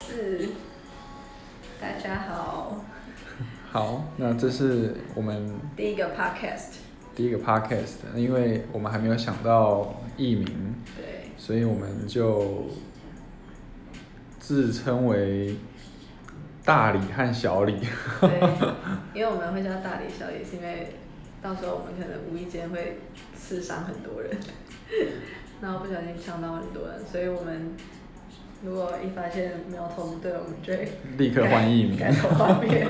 是，大家好，好，那这是我们第一个 podcast，第一个 podcast，因为我们还没有想到艺名，对，所以我们就自称为大李和小李。对，因为我们会叫大李小李，是因为到时候我们可能无意间会刺伤很多人， 然后不小心伤到很多人，所以我们如果一发现苗头不对，我们就会 立刻换艺名改改头换 面，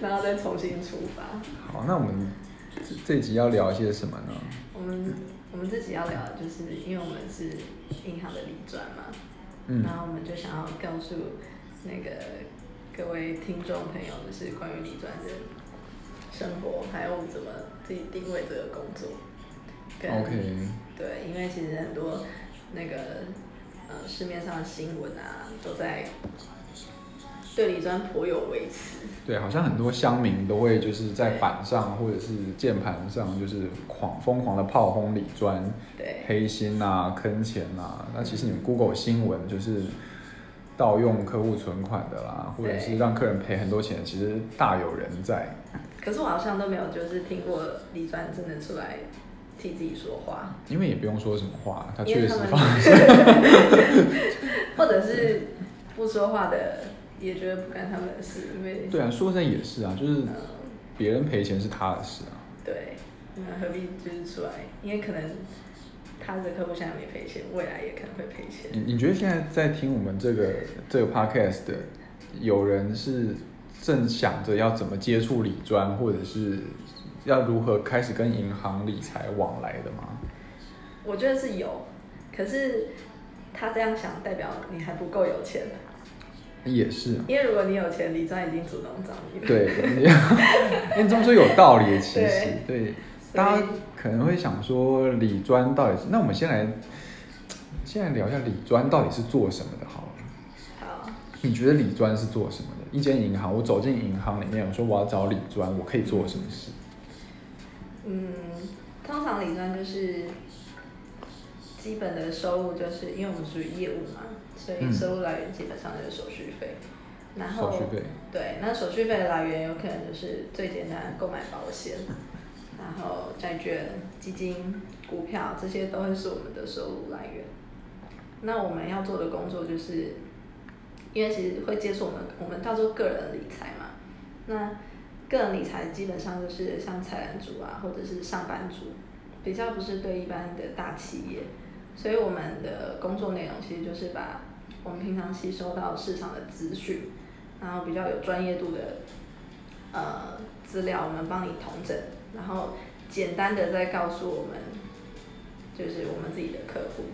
然后再重新出发。好，那我们这这集要聊些什么呢？我们我们自己要聊，的就是因为我们是银行的理专嘛，嗯然后我们就想要告诉那个各位听众朋友，就是关于理专的生活，还有我们怎么自己定位这个工作。跟，OK，对，因为其实很多那个呃市面上的新闻啊，都在对理专颇有微词。对，好像很多乡民都会就是在板上或者是键盘上，就是狂疯狂的炮轰李专，对，黑心啊、坑钱啊。那其实嗯你们 Google 新闻就是盗用客户存款的啦，或者对是让客人赔很多钱，其实大有人在。可是我好像都没有就是听过理专真的出来替自己说话。因为也不用说什么话，他因为确他实们放， 或者是不说话的也觉得不干他们的事，因为 对啊，说真的也是啊，就是嗯、别人赔钱是他的事啊。对，那何必就是出来？因为可能他的客户现在没赔钱，未来也可能会赔钱。你你觉得现在在听我们这个这个 podcast 的，有人是正想着要怎么接触理专，或者是要如何开始跟银行理财往来的吗？我觉得是有，可是他这样想代表你还不够有钱，也是啊，因为如果你有钱，李专已经主动找你了。对，你 因为这么说有道理，其实对对，所以大家可能会想说理专到底是……那我们先来，先来聊一下理专到底是做什么的好了。好，你觉得理专是做什么的？一间银行，我走进银行里面，我说我要找理专，我可以做什么事？嗯，通常理专就是基本的收入，就是因为我们属于业务嘛，所以嗯收入来源基本上就是手续费。然后手续费对，那手续费的来源有可能就是最简单的购买保险，然后债券、基金、股票这些都会是我们的收入来源。那我们要做的工作就是，因为其实会接触我们我们叫做个人理财嘛，那个人理财基本上就是像财产族啊，或者是上班族，比较不是对一般的大企业，所以我们的工作内容其实就是把我们平常吸收到市场的资讯，然后比较有专业度的呃资料，我们帮你统整，然后简单的再告诉我们，就是我们自己的客户，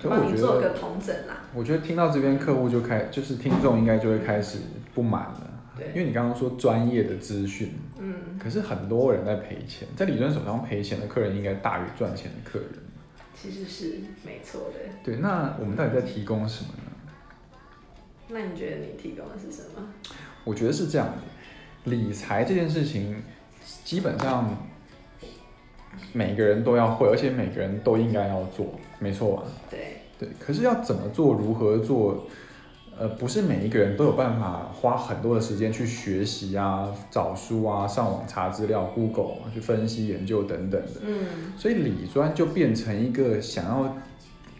可我帮你觉做得个统整啊啦。我觉得听到这边，客户就开，就是听众应该就会开始不满了，对因为你刚刚说专业的资讯，嗯，可是很多人在赔钱，在理专手上赔钱的客人应该大于赚钱的客人。其实是没错的。对，那我们到底在提供什么呢？那你觉得你提供的是什么？我觉得是这样的，理财这件事情基本上每个人都要会，而且每个人都应该要做，没错吧？对，对，可是要怎么做，如何做，呃，不是每一个人都有办法花很多的时间去学习啊、找书啊、上网查资料、Google 啊去分析研究等等的。嗯，所以理专就变成一个想要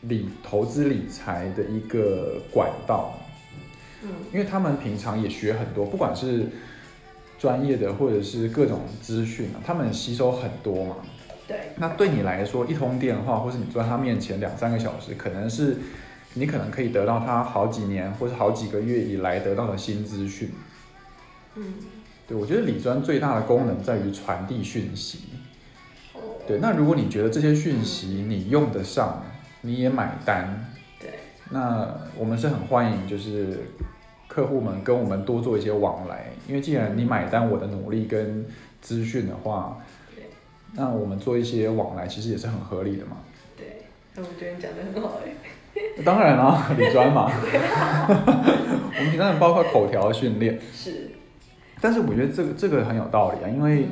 理投资理财的一个管道，嗯，因为他们平常也学很多，不管是专业的或者是各种资讯啊，他们吸收很多嘛。对，那对你来说，一通电话，或是你坐在他面前两三个小时，可能是你可能可以得到他好几年或是好几个月以来得到的新资讯。嗯，对我觉得理专最大的功能在于传递讯息。哦，对，那如果你觉得这些讯息你用得上，你也买单，对，那我们是很欢迎就是客户们跟我们多做一些往来，因为既然你买单我的努力跟资讯的话对，那我们做一些往来其实也是很合理的嘛。对，那我觉得你讲的很好哎、当然 啦、理专嘛。我们平常也包括口条训练，是，但是我觉得这个这个很有道理啊，因为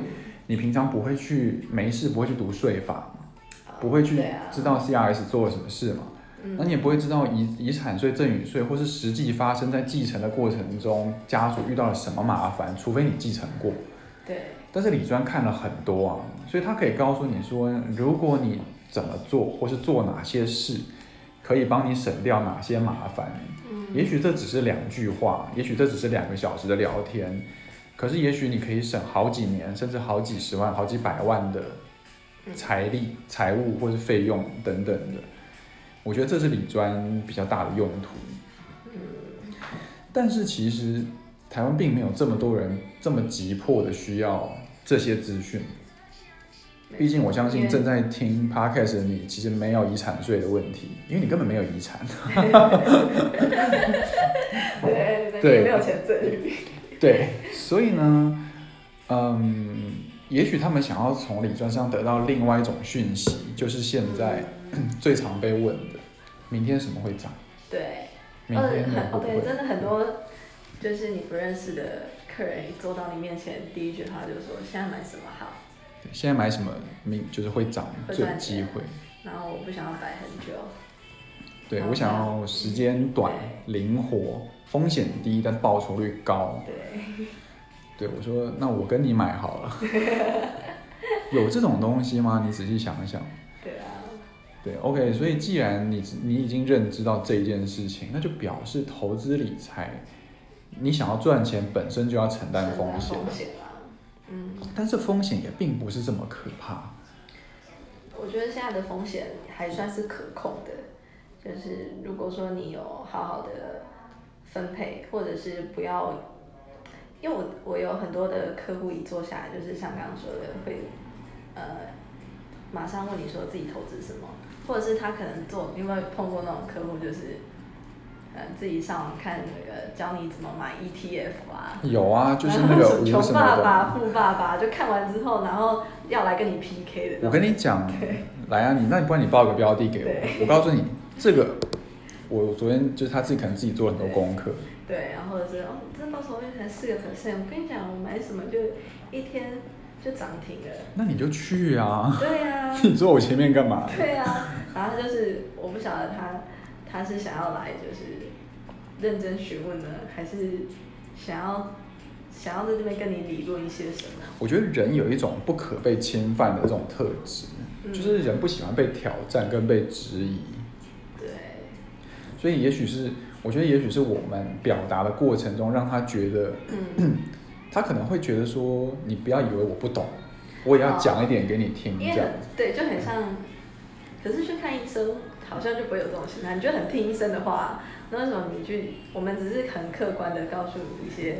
你平常不会去没事不会去读税法嘛，啊不会去对啊，知道 CRS 做了什么事嘛，嗯那你也不会知道遗遗产税、赠与税，或是实际发生在继承的过程中，家属遇到了什么麻烦，除非你继承过。对，但是李专看了很多啊，所以他可以告诉你说，如果你怎么做，或是做哪些事，可以帮你省掉哪些麻烦。嗯，也许这只是两句话，也许这只是两个小时的聊天，可是也许你可以省好几年，甚至好几十万、好几百万的嗯财力、财务或是费用等等的。我觉得这是理专比较大的用途。嗯但是其实台湾并没有这么多人这么急迫的需要这些资讯。没毕竟我相因信为正在听 podcast 的你，其实没有遗产税的问题，因为你根本没有遗产。对对对对，没有钱赠与，对，所以呢，嗯，也许他们想要从理专上得到另外一种讯息，就是现在 最常被问的：明天什么会涨？对，明天呃呢很会哦不对，会？真的很多，就是你不认识的客人一坐到你面前，第一句话就说现在买什么好，对现在买什么明就是会涨会最有赚机钱会。然后我不想要摆很久，对好我想那要时间短、灵活、风险低但报酬率高。对，对我说：“那我跟你买 好了。”有这种东西吗？你仔细想一想。对啊，对，OK，所以既然你你已经认知到这一件事情，那就表示投资理财，你想要赚钱本身就要承担承风险，风险啊，嗯，但是风险也并不是这么可怕。我觉得现在的风险还算是可控的，就是如果说你有好好的分配，或者是不要，因为我我有很多的客户一坐下来，就是像刚刚说的会，呃，马上问你说自己投资什么，或者是他可能做，因为碰过那种客户就是，呃，自己上网看那个教你怎么买 ETF 啊，有啊，就是然那后个五什穷么爸的。爸、富爸爸，就看完之后，然后要来跟你 PK 的那种。我跟你讲，来啊，你那你不然你报个标的给对我，我告诉你，这个我昨天就是他自己可能自己做了很多功课，对，然后或者是哦，这报酬率才四个 percent，我跟你讲，我买什么就一天就涨停了。那你就去啊， 对呀、你坐我前面干嘛？对呀、然后他就是我不晓得他他是想要来就是认真询问呢，还是想要想要在这边跟你理论一些什么？我觉得人有一种不可被侵犯的这种特质，嗯就是人不喜欢被挑战跟被质疑，对，所以也许是我觉得也许是我们表达的过程中，让他觉得嗯，他可能会觉得说，你不要以为我不懂，我也要讲一点给你听，这因为样很对，啊就很像，可是去看医生好像就不会有这种心态，你就很听医生的话，那为什么你去？我们只是很客观的告诉你一些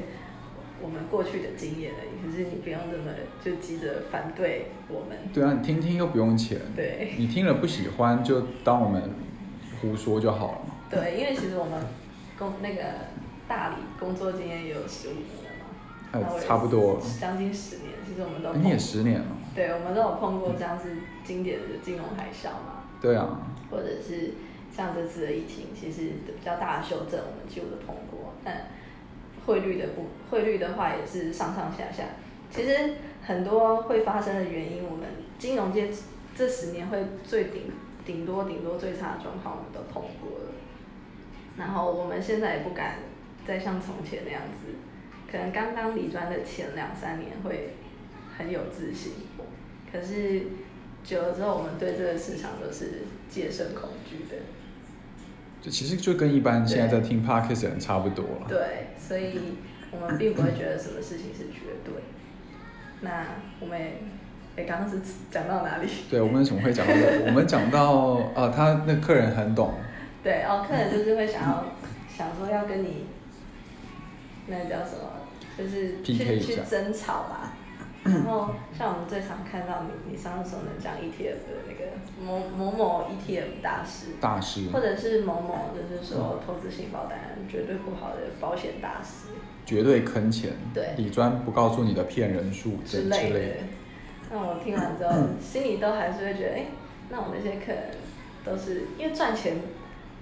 我们过去的经验而已，可是你不用这么就急着反对我们。对啊，你听听又不用钱，对你听了不喜欢就当我们胡说就好了嘛。对，因为其实我们工那个大理工作经验也有十五年了嘛，呃然后我也差不多将近十年，其实我们都哎你也碰十年了，对，我们都有碰过像是经典的金融海啸嘛。对啊，或者是像这次的疫情，其实比较大的修正，我们几乎都碰过。但汇率的不汇率的话，也是上上下下。其实很多会发生的原因，我们金融界这十年会最顶顶多顶多最差的状况，我们都碰过了。然后我们现在也不敢再像从前那样子，可能刚刚理专的前两三年会很有自信，可是久了之后，我们对这个市场都是戒慎恐惧的。就其实就跟一般现在在对听 podcast 的人差不多了。对，所以我们并不会觉得什么事情是绝对。那我们也，哎，刚刚是讲到哪里？对，我们怎么会讲到这个？我们讲到呃，他那客人很懂，对，哦，客人就是会想要想说要跟你，那叫什么？就是去 PK 一去下争吵啦。然后像我们最常看到你，你上次说能讲 ETF 的那个某某某 ETF 大师，大师或者是某某就是嗯说投资型保单绝对不好的保险大师绝对坑钱，对理专不告诉你的骗人术这之之类的类的，。那我听完之后，心里都还是会觉得，哎、那我那些客人都是因为赚钱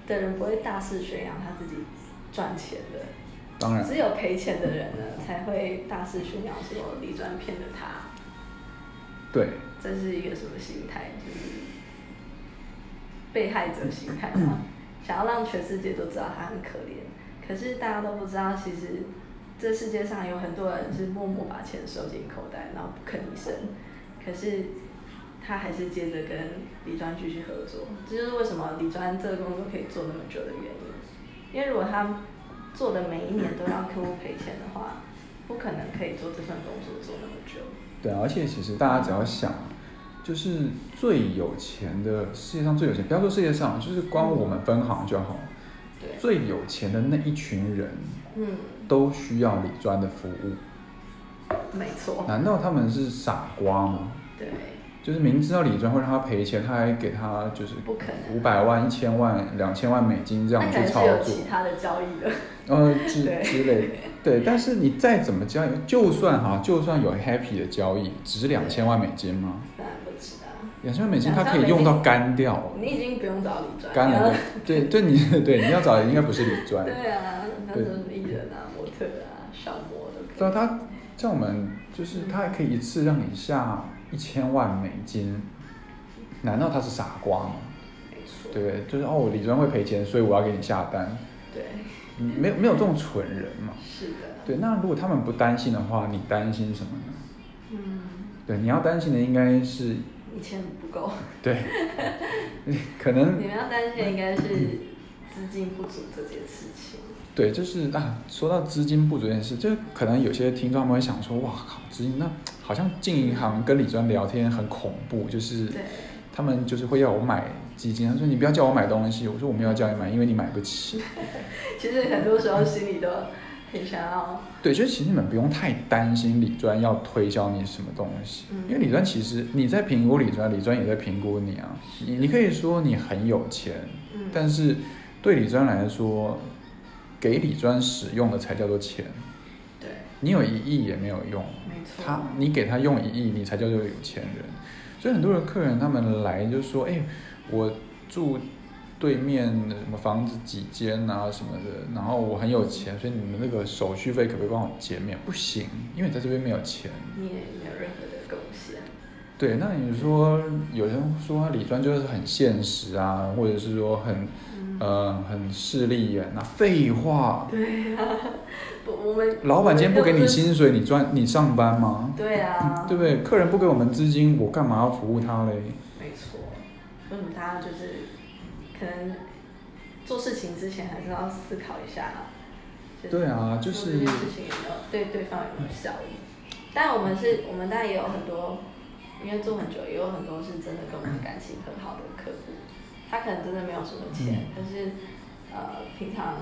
的人不会大肆宣扬他自己赚钱的，当然只有赔钱的人呢才会大肆宣扬说李专骗了他，对，这是一个什么心态？就是被害者心态嘛。想要让全世界都知道他很可怜。可是大家都不知道，其实这世界上有很多人是默默把钱收进口袋，然后不吭一声。可是他还是接着跟李专继续合作，这就是为什么李专这个工作可以做那么久的原因。因为如果他做的每一年都让客户赔钱的话，不可能可以做这份工作做那么久。对啊，而且其实大家只要想，就是最有钱的世界上最有钱，不要说世界上，就是光我们分行就好，对，最有钱的那一群人嗯，都需要理专的服务，没错，难道他们是傻瓜吗？对，就是明知道理专会让他赔钱，他还给他就是不可能五百万、一千万、两千万美金这样那可去能操是有作其，他的交易的。 呃之对之类的，对。但是你再怎么交易，就算哈，就算有 happy 的交易，值两千万美金吗？当然不知道，两千万美金它可以用到干掉，你已经不用找李专干了了的。。对对，你 对你要找的应该不是理专，对啊，那都是艺人啊、模特啊、小模都可以。对啊，他像我们就是他还可以一次让你下一千万美金，难道他是傻瓜吗？没错，对不对？就是哦，我理专会赔钱，所以我要给你下单，对，嗯没有没有这种蠢人嘛。是的，对，那如果他们不担心的话，你担心什么呢？嗯，对，你要担心的应该是你钱不够，对， 可 能你们要担心的应该是资金不足这件事情。对，就是啊，说到资金不足这件事，就可能有些听众们会想说，哇靠，资金那好像进银行跟理专聊天很恐怖，就是对，他们就是会要我买基金，他说你不要叫我买东西，我说我没有叫你买，因为你买不起。其实很多时候心里都很想要，对，就是其实你们不用太担心理专要推销你什么东西，嗯因为理专其实你在评估理专，理专也在评估你啊。你你可以说你很有钱，嗯但是对理专来说，给理专使用的才叫做钱。对，你有一亿也没有用，没错他你给他用一亿，你才叫做有钱人。所以很多的客人他们来就说，哎、我住对面的什么房子几间啊什么的，然后我很有钱，所以你们那个手续费可不可以帮我减免？不行，因为你在这边没有钱。你也没有任何的贡献。对，那你说有人说理专就是很现实啊，或者是说很嗯，呃很势利眼啊，废话，对啊，不，我们老板今天不给你，我薪水，你赚你上班吗们？对啊，对不对？客人不给我们资金，我干嘛要服务他嘞？没错，为什么大家就是可能做事情之前还是要思考一下，就是对啊就做是这件事情有没有对对方有没有效益？但我们是，我们当然也有很多，因为做很久，也有很多是真的跟我们感情很好的客户，他可能真的没有什么钱，嗯但是呃，平常，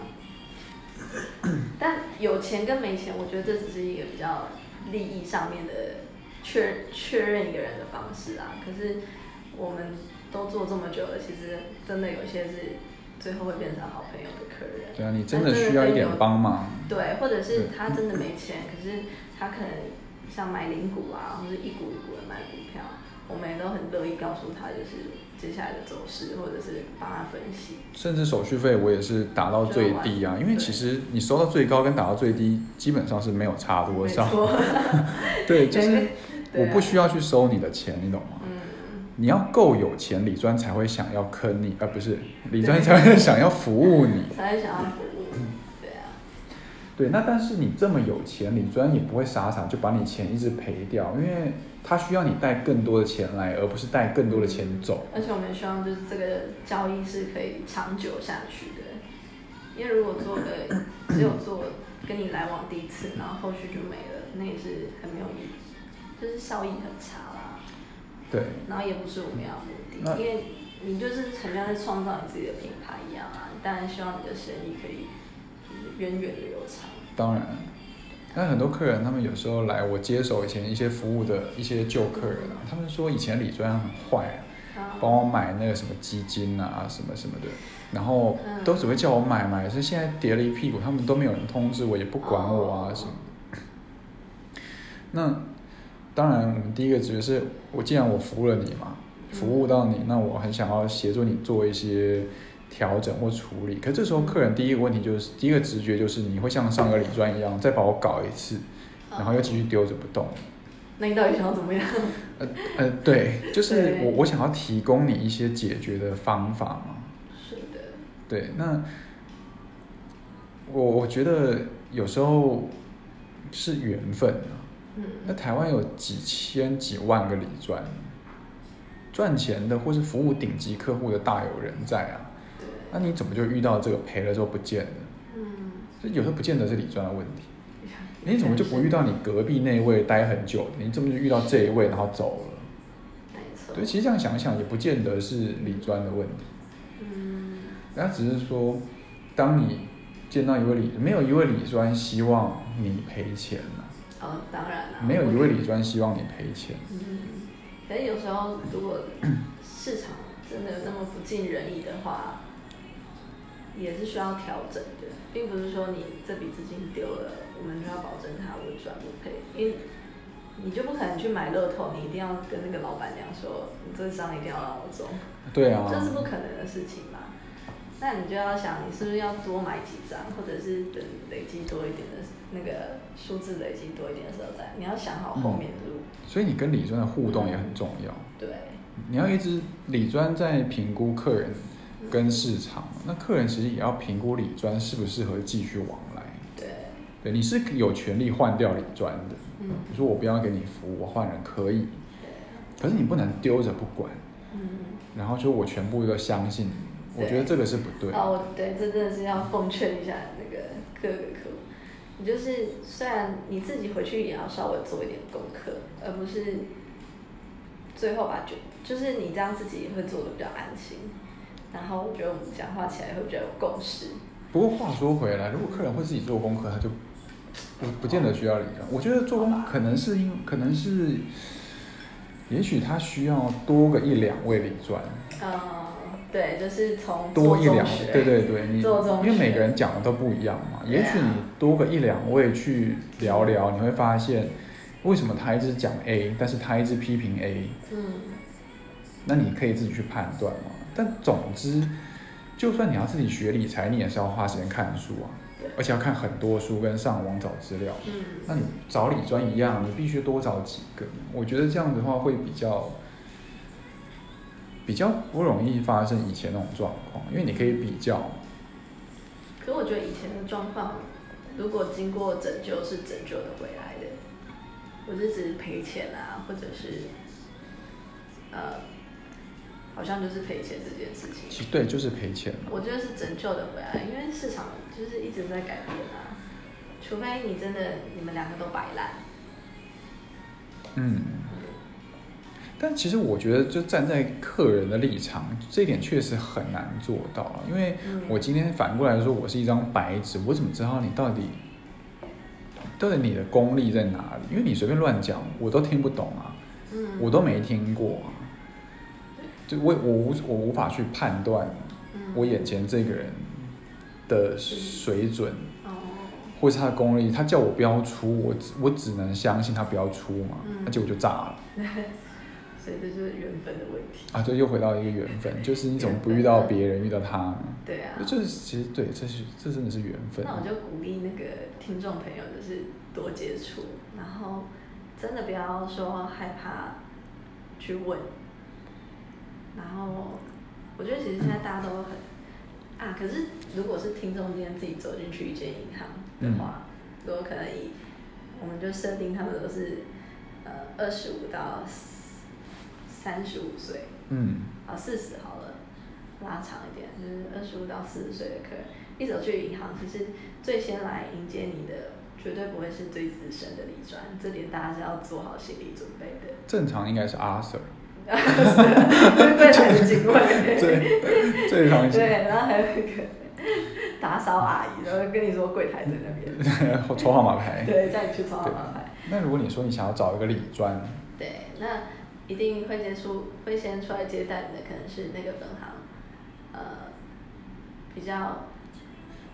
但有钱跟没钱，我觉得这只是一个比较利益上面的确确认一个人的方式啊。可是我们都做这么久了，其实真的有些是最后会变成好朋友的客人。对啊，你真的需要一点帮忙。对，或者对是他真的没钱，嗯可是他可能像买零股啊，或者一股一股的买股票，我们也都很乐意告诉他，就是接下来的走势，或者是帮他分析。甚至手续费我也是打到最低啊，因为其实你收到最高跟打到最低基本上是没有差多没少。错， 对，啊就是对我啊不需要去收你的钱，你懂吗？嗯，你要够有钱，李专才会想要坑你，而、呃不是李专才会 想要服务你。才会想要服务。对啊，对，那但是你这么有钱，李专也不会傻傻就把你钱一直赔掉，因为他需要你带更多的钱来，而不是带更多的钱走。而且我们希望就是这个交易是可以长久下去的，因为如果做个只有做跟你来往第一次，然后后续就没了，那也是很没有意义，就是效益很差啊啦。对，然后也不是我们要的目那的，因为你就是很像在创造你自己的品牌一样啊。你当然希望你的生意可以就是源远流长。当然，但很多客人他们有时候来我接手以前一些服务的一些旧客人啊，他们说以前理专很坏、啊，帮啊，我买那个什么基金啊什么什么的，然后嗯都只会叫我买买，是现在跌了一屁股，他们都没有人通知我，也不管我啊哦什么。那当然，我们第一个直觉是我既然我服务了你嘛，服务到你，那我很想要协助你做一些调整或处理。可这时候客人第一个问题就是，第一个直觉就是你会像上个理专一样再把我搞一次，然后又继续丢着不动。啊那你到底想要怎么样？ 呃呃，对，就是对我我想要提供你一些解决的方法嘛。是的，对，那我我觉得有时候是缘分啊。那嗯，台湾有几千几万个理专，赚钱的或是服务顶级客户的大有人在啊。对，那你怎么就遇到这个赔了之后不见的？嗯，这有时候不见得是理专的问题，你怎么就不遇到你隔壁那位待很久的？你怎么就遇到这一位然后走了？没错，对，其实这样想一想也不见得是理专的问题，嗯，那只是说，当你见到一位理，没有一位理专希望你赔钱啊，哦，当然啦，没有一我位理专希望你赔钱。啊嗯，可是有时候如果市场真的那么不尽人意的话，也是需要调整的，并不是说你这笔资金丢了，我们就要保证它稳赚不赔，因为你就不可能去买乐透，你一定要跟那个老板娘说，你这张一定要让我中，对啊，这是不可能的事情嘛。那你就要想，你是不是要多买几张，或者是等累积多一点的那个数字累积多一点的时候再，你要想好后面的路。所以你跟理专的互动也很重要。对，你要一直理专在评估客人跟市场，那客人其实也要评估理专适不适合继续往来。对，对，你是有权利换掉理专的。嗯，你说我不要给你服务，我换人可以，对，可是你不能丢着不管，嗯，然后就我全部都相信你。我觉得对这个是不对。哦，我对，这真的是要奉劝一下那个各个客户，你就是虽然你自己回去也要稍微做一点功课，而不是最后把就就是你这样自己也会做的比较安心。然后我觉得我们讲话起来会比较有共识，不过话说回来，如果客人会自己做功课，他就不不见得需要理专。我觉得做功可能是因可能是，也许他需要多个一两位理专。呃，对，就是从多一做中两学对对对，你做中因为每学个人讲的都不一样嘛，对也许啊你多个一两位去聊聊，你会发现为什么他一直讲 A，但是他一直批评 A，嗯，那你可以自己去判断嘛。但总之，就算你要自己学理财，你也是要花时间看书啊对，而且要看很多书跟上网找资料。嗯，那你找理专一样，你必须多找几个。我觉得这样的话会比较比较不容易发生以前那种状况，因为你可以比较。可我觉得以前的状况，如果经过拯救是拯救的回来的，我就只是赔钱啊，或者是呃，好像就是赔钱这件事情，其对，就是赔钱嘛。我觉得是拯救的回来，因为市场就是一直在改变啊，除非你真的你们两个都摆烂，嗯，但其实我觉得，就站在客人的立场，这一点确实很难做到啊因为嗯我今天反过来说，我是一张白纸，我怎么知道你到底到底你的功力在哪里？因为你随便乱讲，我都听不懂啊，嗯，我都没听过、啊，就我我无我无法去判断嗯我眼前这个人的水准。哦，或是他的功力，他叫我不要出，我只我只能相信他不要出嘛，嗯那结果就炸了所以这就是缘分的问题，啊！对，又回到一个缘分，就是你怎么不遇到别人，遇到他呢？对啊，就是其实对，这是这真的是缘分。那我就鼓励那个听众朋友，就是多接触，然后真的不要说害怕去问。然后我觉得其实现在大家都很啊，可是如果是听众今天自己走进去一间银行的话，如果可能以我们就设定他们都是呃二十五到三十五岁，嗯，啊，四十好了，拉长一点，就是二十五到四十岁的客人，一走去银行，其实最先来迎接你的，绝对不会是最资深的理专，这点大家是要做好心理准备的。正常应该是阿 Sir， 对柜台的警卫，最最常对，然后还有那个 打扫阿姨，然后跟你说柜台在那边， 抽号码牌。对，叫你去抽号码牌。那如果你说你想要找一个理专，对，那一定会接触，会先出来接待你的，可能是那个分行，呃，比较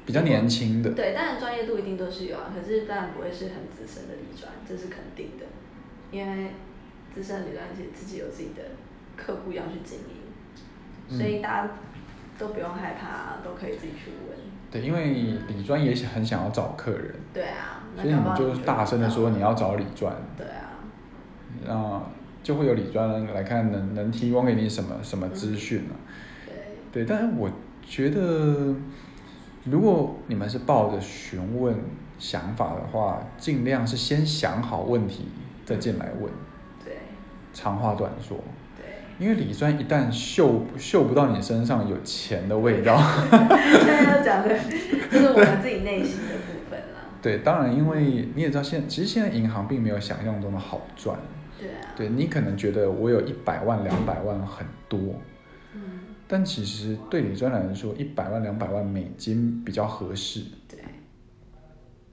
比较年轻的，对，当然专业度一定都是有啊，可是当然不会是很资深的理专，这是肯定的，因为资深的理专其实自己有自己的客户要去经营，嗯所以大家都不用害怕啊，都可以自己去问。对，因为理专也很想要找客人，对啊，那所以搞你不好就大声的说你要找理专，对啊，那就嗯会有理专来看能能提供给你什么什么资讯啊。对，对，但是我觉得，如果你们是抱着询问想法的话，尽量是先想好问题再进来问，对长话短说。对，因为理专一旦嗅嗅不到你身上有钱的味 道，现在要讲的就是我们自己内心的部分啦。对，当然，因为你也知道现，其实现在银行并没有想象中的好赚。对啊，对你可能觉得我有一百万、两百万很多，嗯，但其实对理专来说，一百万、两百万美金比较合适。对，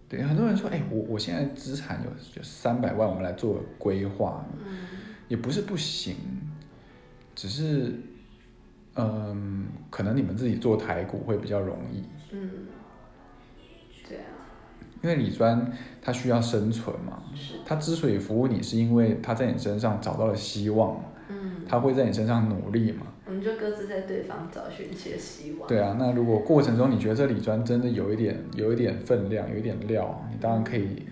对，很多人说，哎，我我现在资产有有三百万，我们来做规划，嗯，也不是不行，只是，嗯，可能你们自己做台股会比较容易，嗯，对啊，因为理专它需要生存嘛，是，它之所以服务你，是因为它在你身上找到了希望，嗯，它会在你身上努力嘛。我们就各自在对方找寻一些希望。对啊，那如果过程中你觉得这理专真的有一点有一点分量，有一点料，你当然可以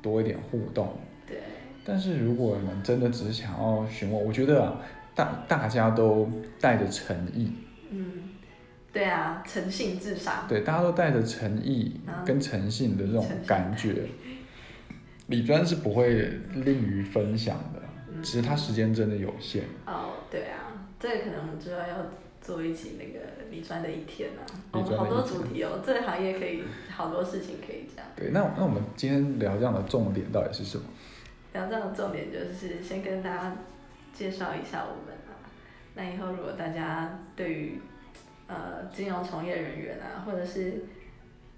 多一点互动。对，但是如果你们真的只是想要询问，我觉得啊，大大家都带着诚意，嗯，对啊，诚信至上。对，大家都带着诚意啊跟诚信的这种感 觉，理专是不会吝于分享的，嗯只是它时间真的有限。哦，对啊，这个可能我们之后要做一期那个理专的一天啊，我理们专的一天好多主题哦，这个行业可以好多事情可以讲。对，那那我们今天聊这样的重点到底是什么？然后这样的重点就是先跟大家介绍一下我们啊，那以后如果大家对于呃金融从业人员啊，或者是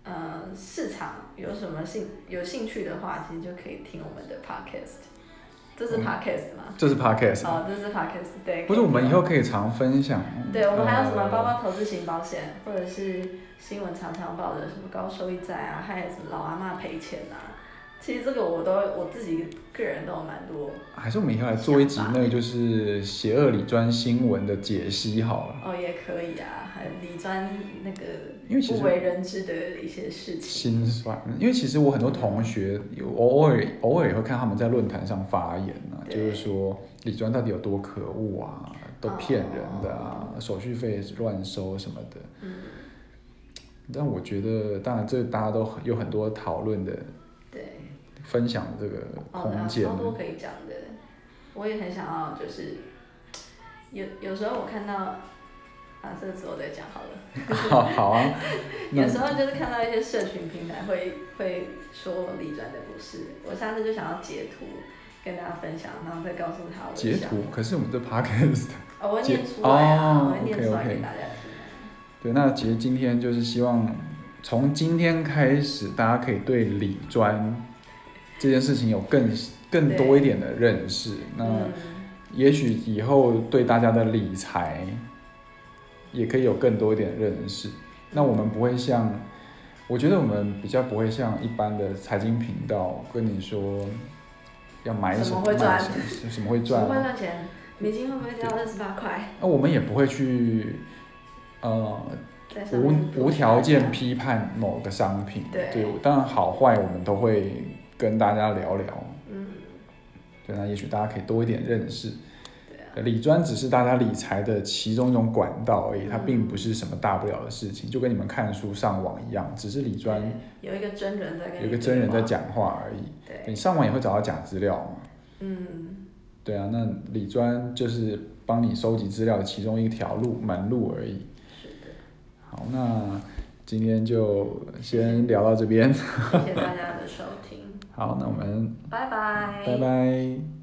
呃市场有什么兴有兴趣的话，其实就可以听我们的 podcast，这是嗯 podcast 吗？这是 podcast，哦，这是 podcast，对。不是我们以后呃可以常分享。对，我们还有什么包包？包投资型保险，或者是新闻常常报的什么高收益债啊，还有什么老阿妈赔钱啊。其实这个我都我自己个人都有蛮多还是我们以后来做一集想法那个就是邪恶理专新闻的解析好了。哦，也可以啊，还有理专那因为个其实不为人知的一些事情。心酸，因为其实我很多同学有偶尔偶尔也会看他们在论坛上发言啊，就对是说理专到底有多可恶啊，都骗人的啊，哦手续费乱收什么的。嗯，但我觉得，当然这大家都很有很多讨论的对，分享这个哦，对啊空间。超 多可以讲的。我也很想要，就是有有时候我看到啊，这个之后再讲好了。好好啊，那有时候就是看到一些社群平台会会说李专的不是，我下次就想要截图跟大家分享，然后再告诉他我的截想法图，可是我们这 podcast 哦，我会截念出来啊，哦我会念出来 OK，OK 给大家听。啊对，那其实今天就是希望从今天开始，大家可以对理专这件事情有更更多一点的认识。那嗯，也许以后对大家的理财也可以有更多一点认识。那我们不会像，我觉得我们比较不会像一般的财经频道跟你说要买怎什么么会卖赚什 么，什么会怎赚啊么，会赚钱？美金会不会掉二十八块？那我们也不会去呃在上无面无条件批判某个商品，对当然好坏我们都会跟大家聊聊，嗯，对，那也许大家可以多一点认识。对啊，理专只是大家理财的其中一种管道而已，它嗯并不是什么大不了的事情，就跟你们看书上网一样，只是理专对有一个真人在跟你有一个真人在对话，讲话而已。对，你上网也会找到假资料嘛？嗯，对啊，那理专就是帮你收集资料的其中一条路门路而已。是的，好，那今天就先聊到这边。谢谢大家的收听，好，那我们拜拜，拜拜。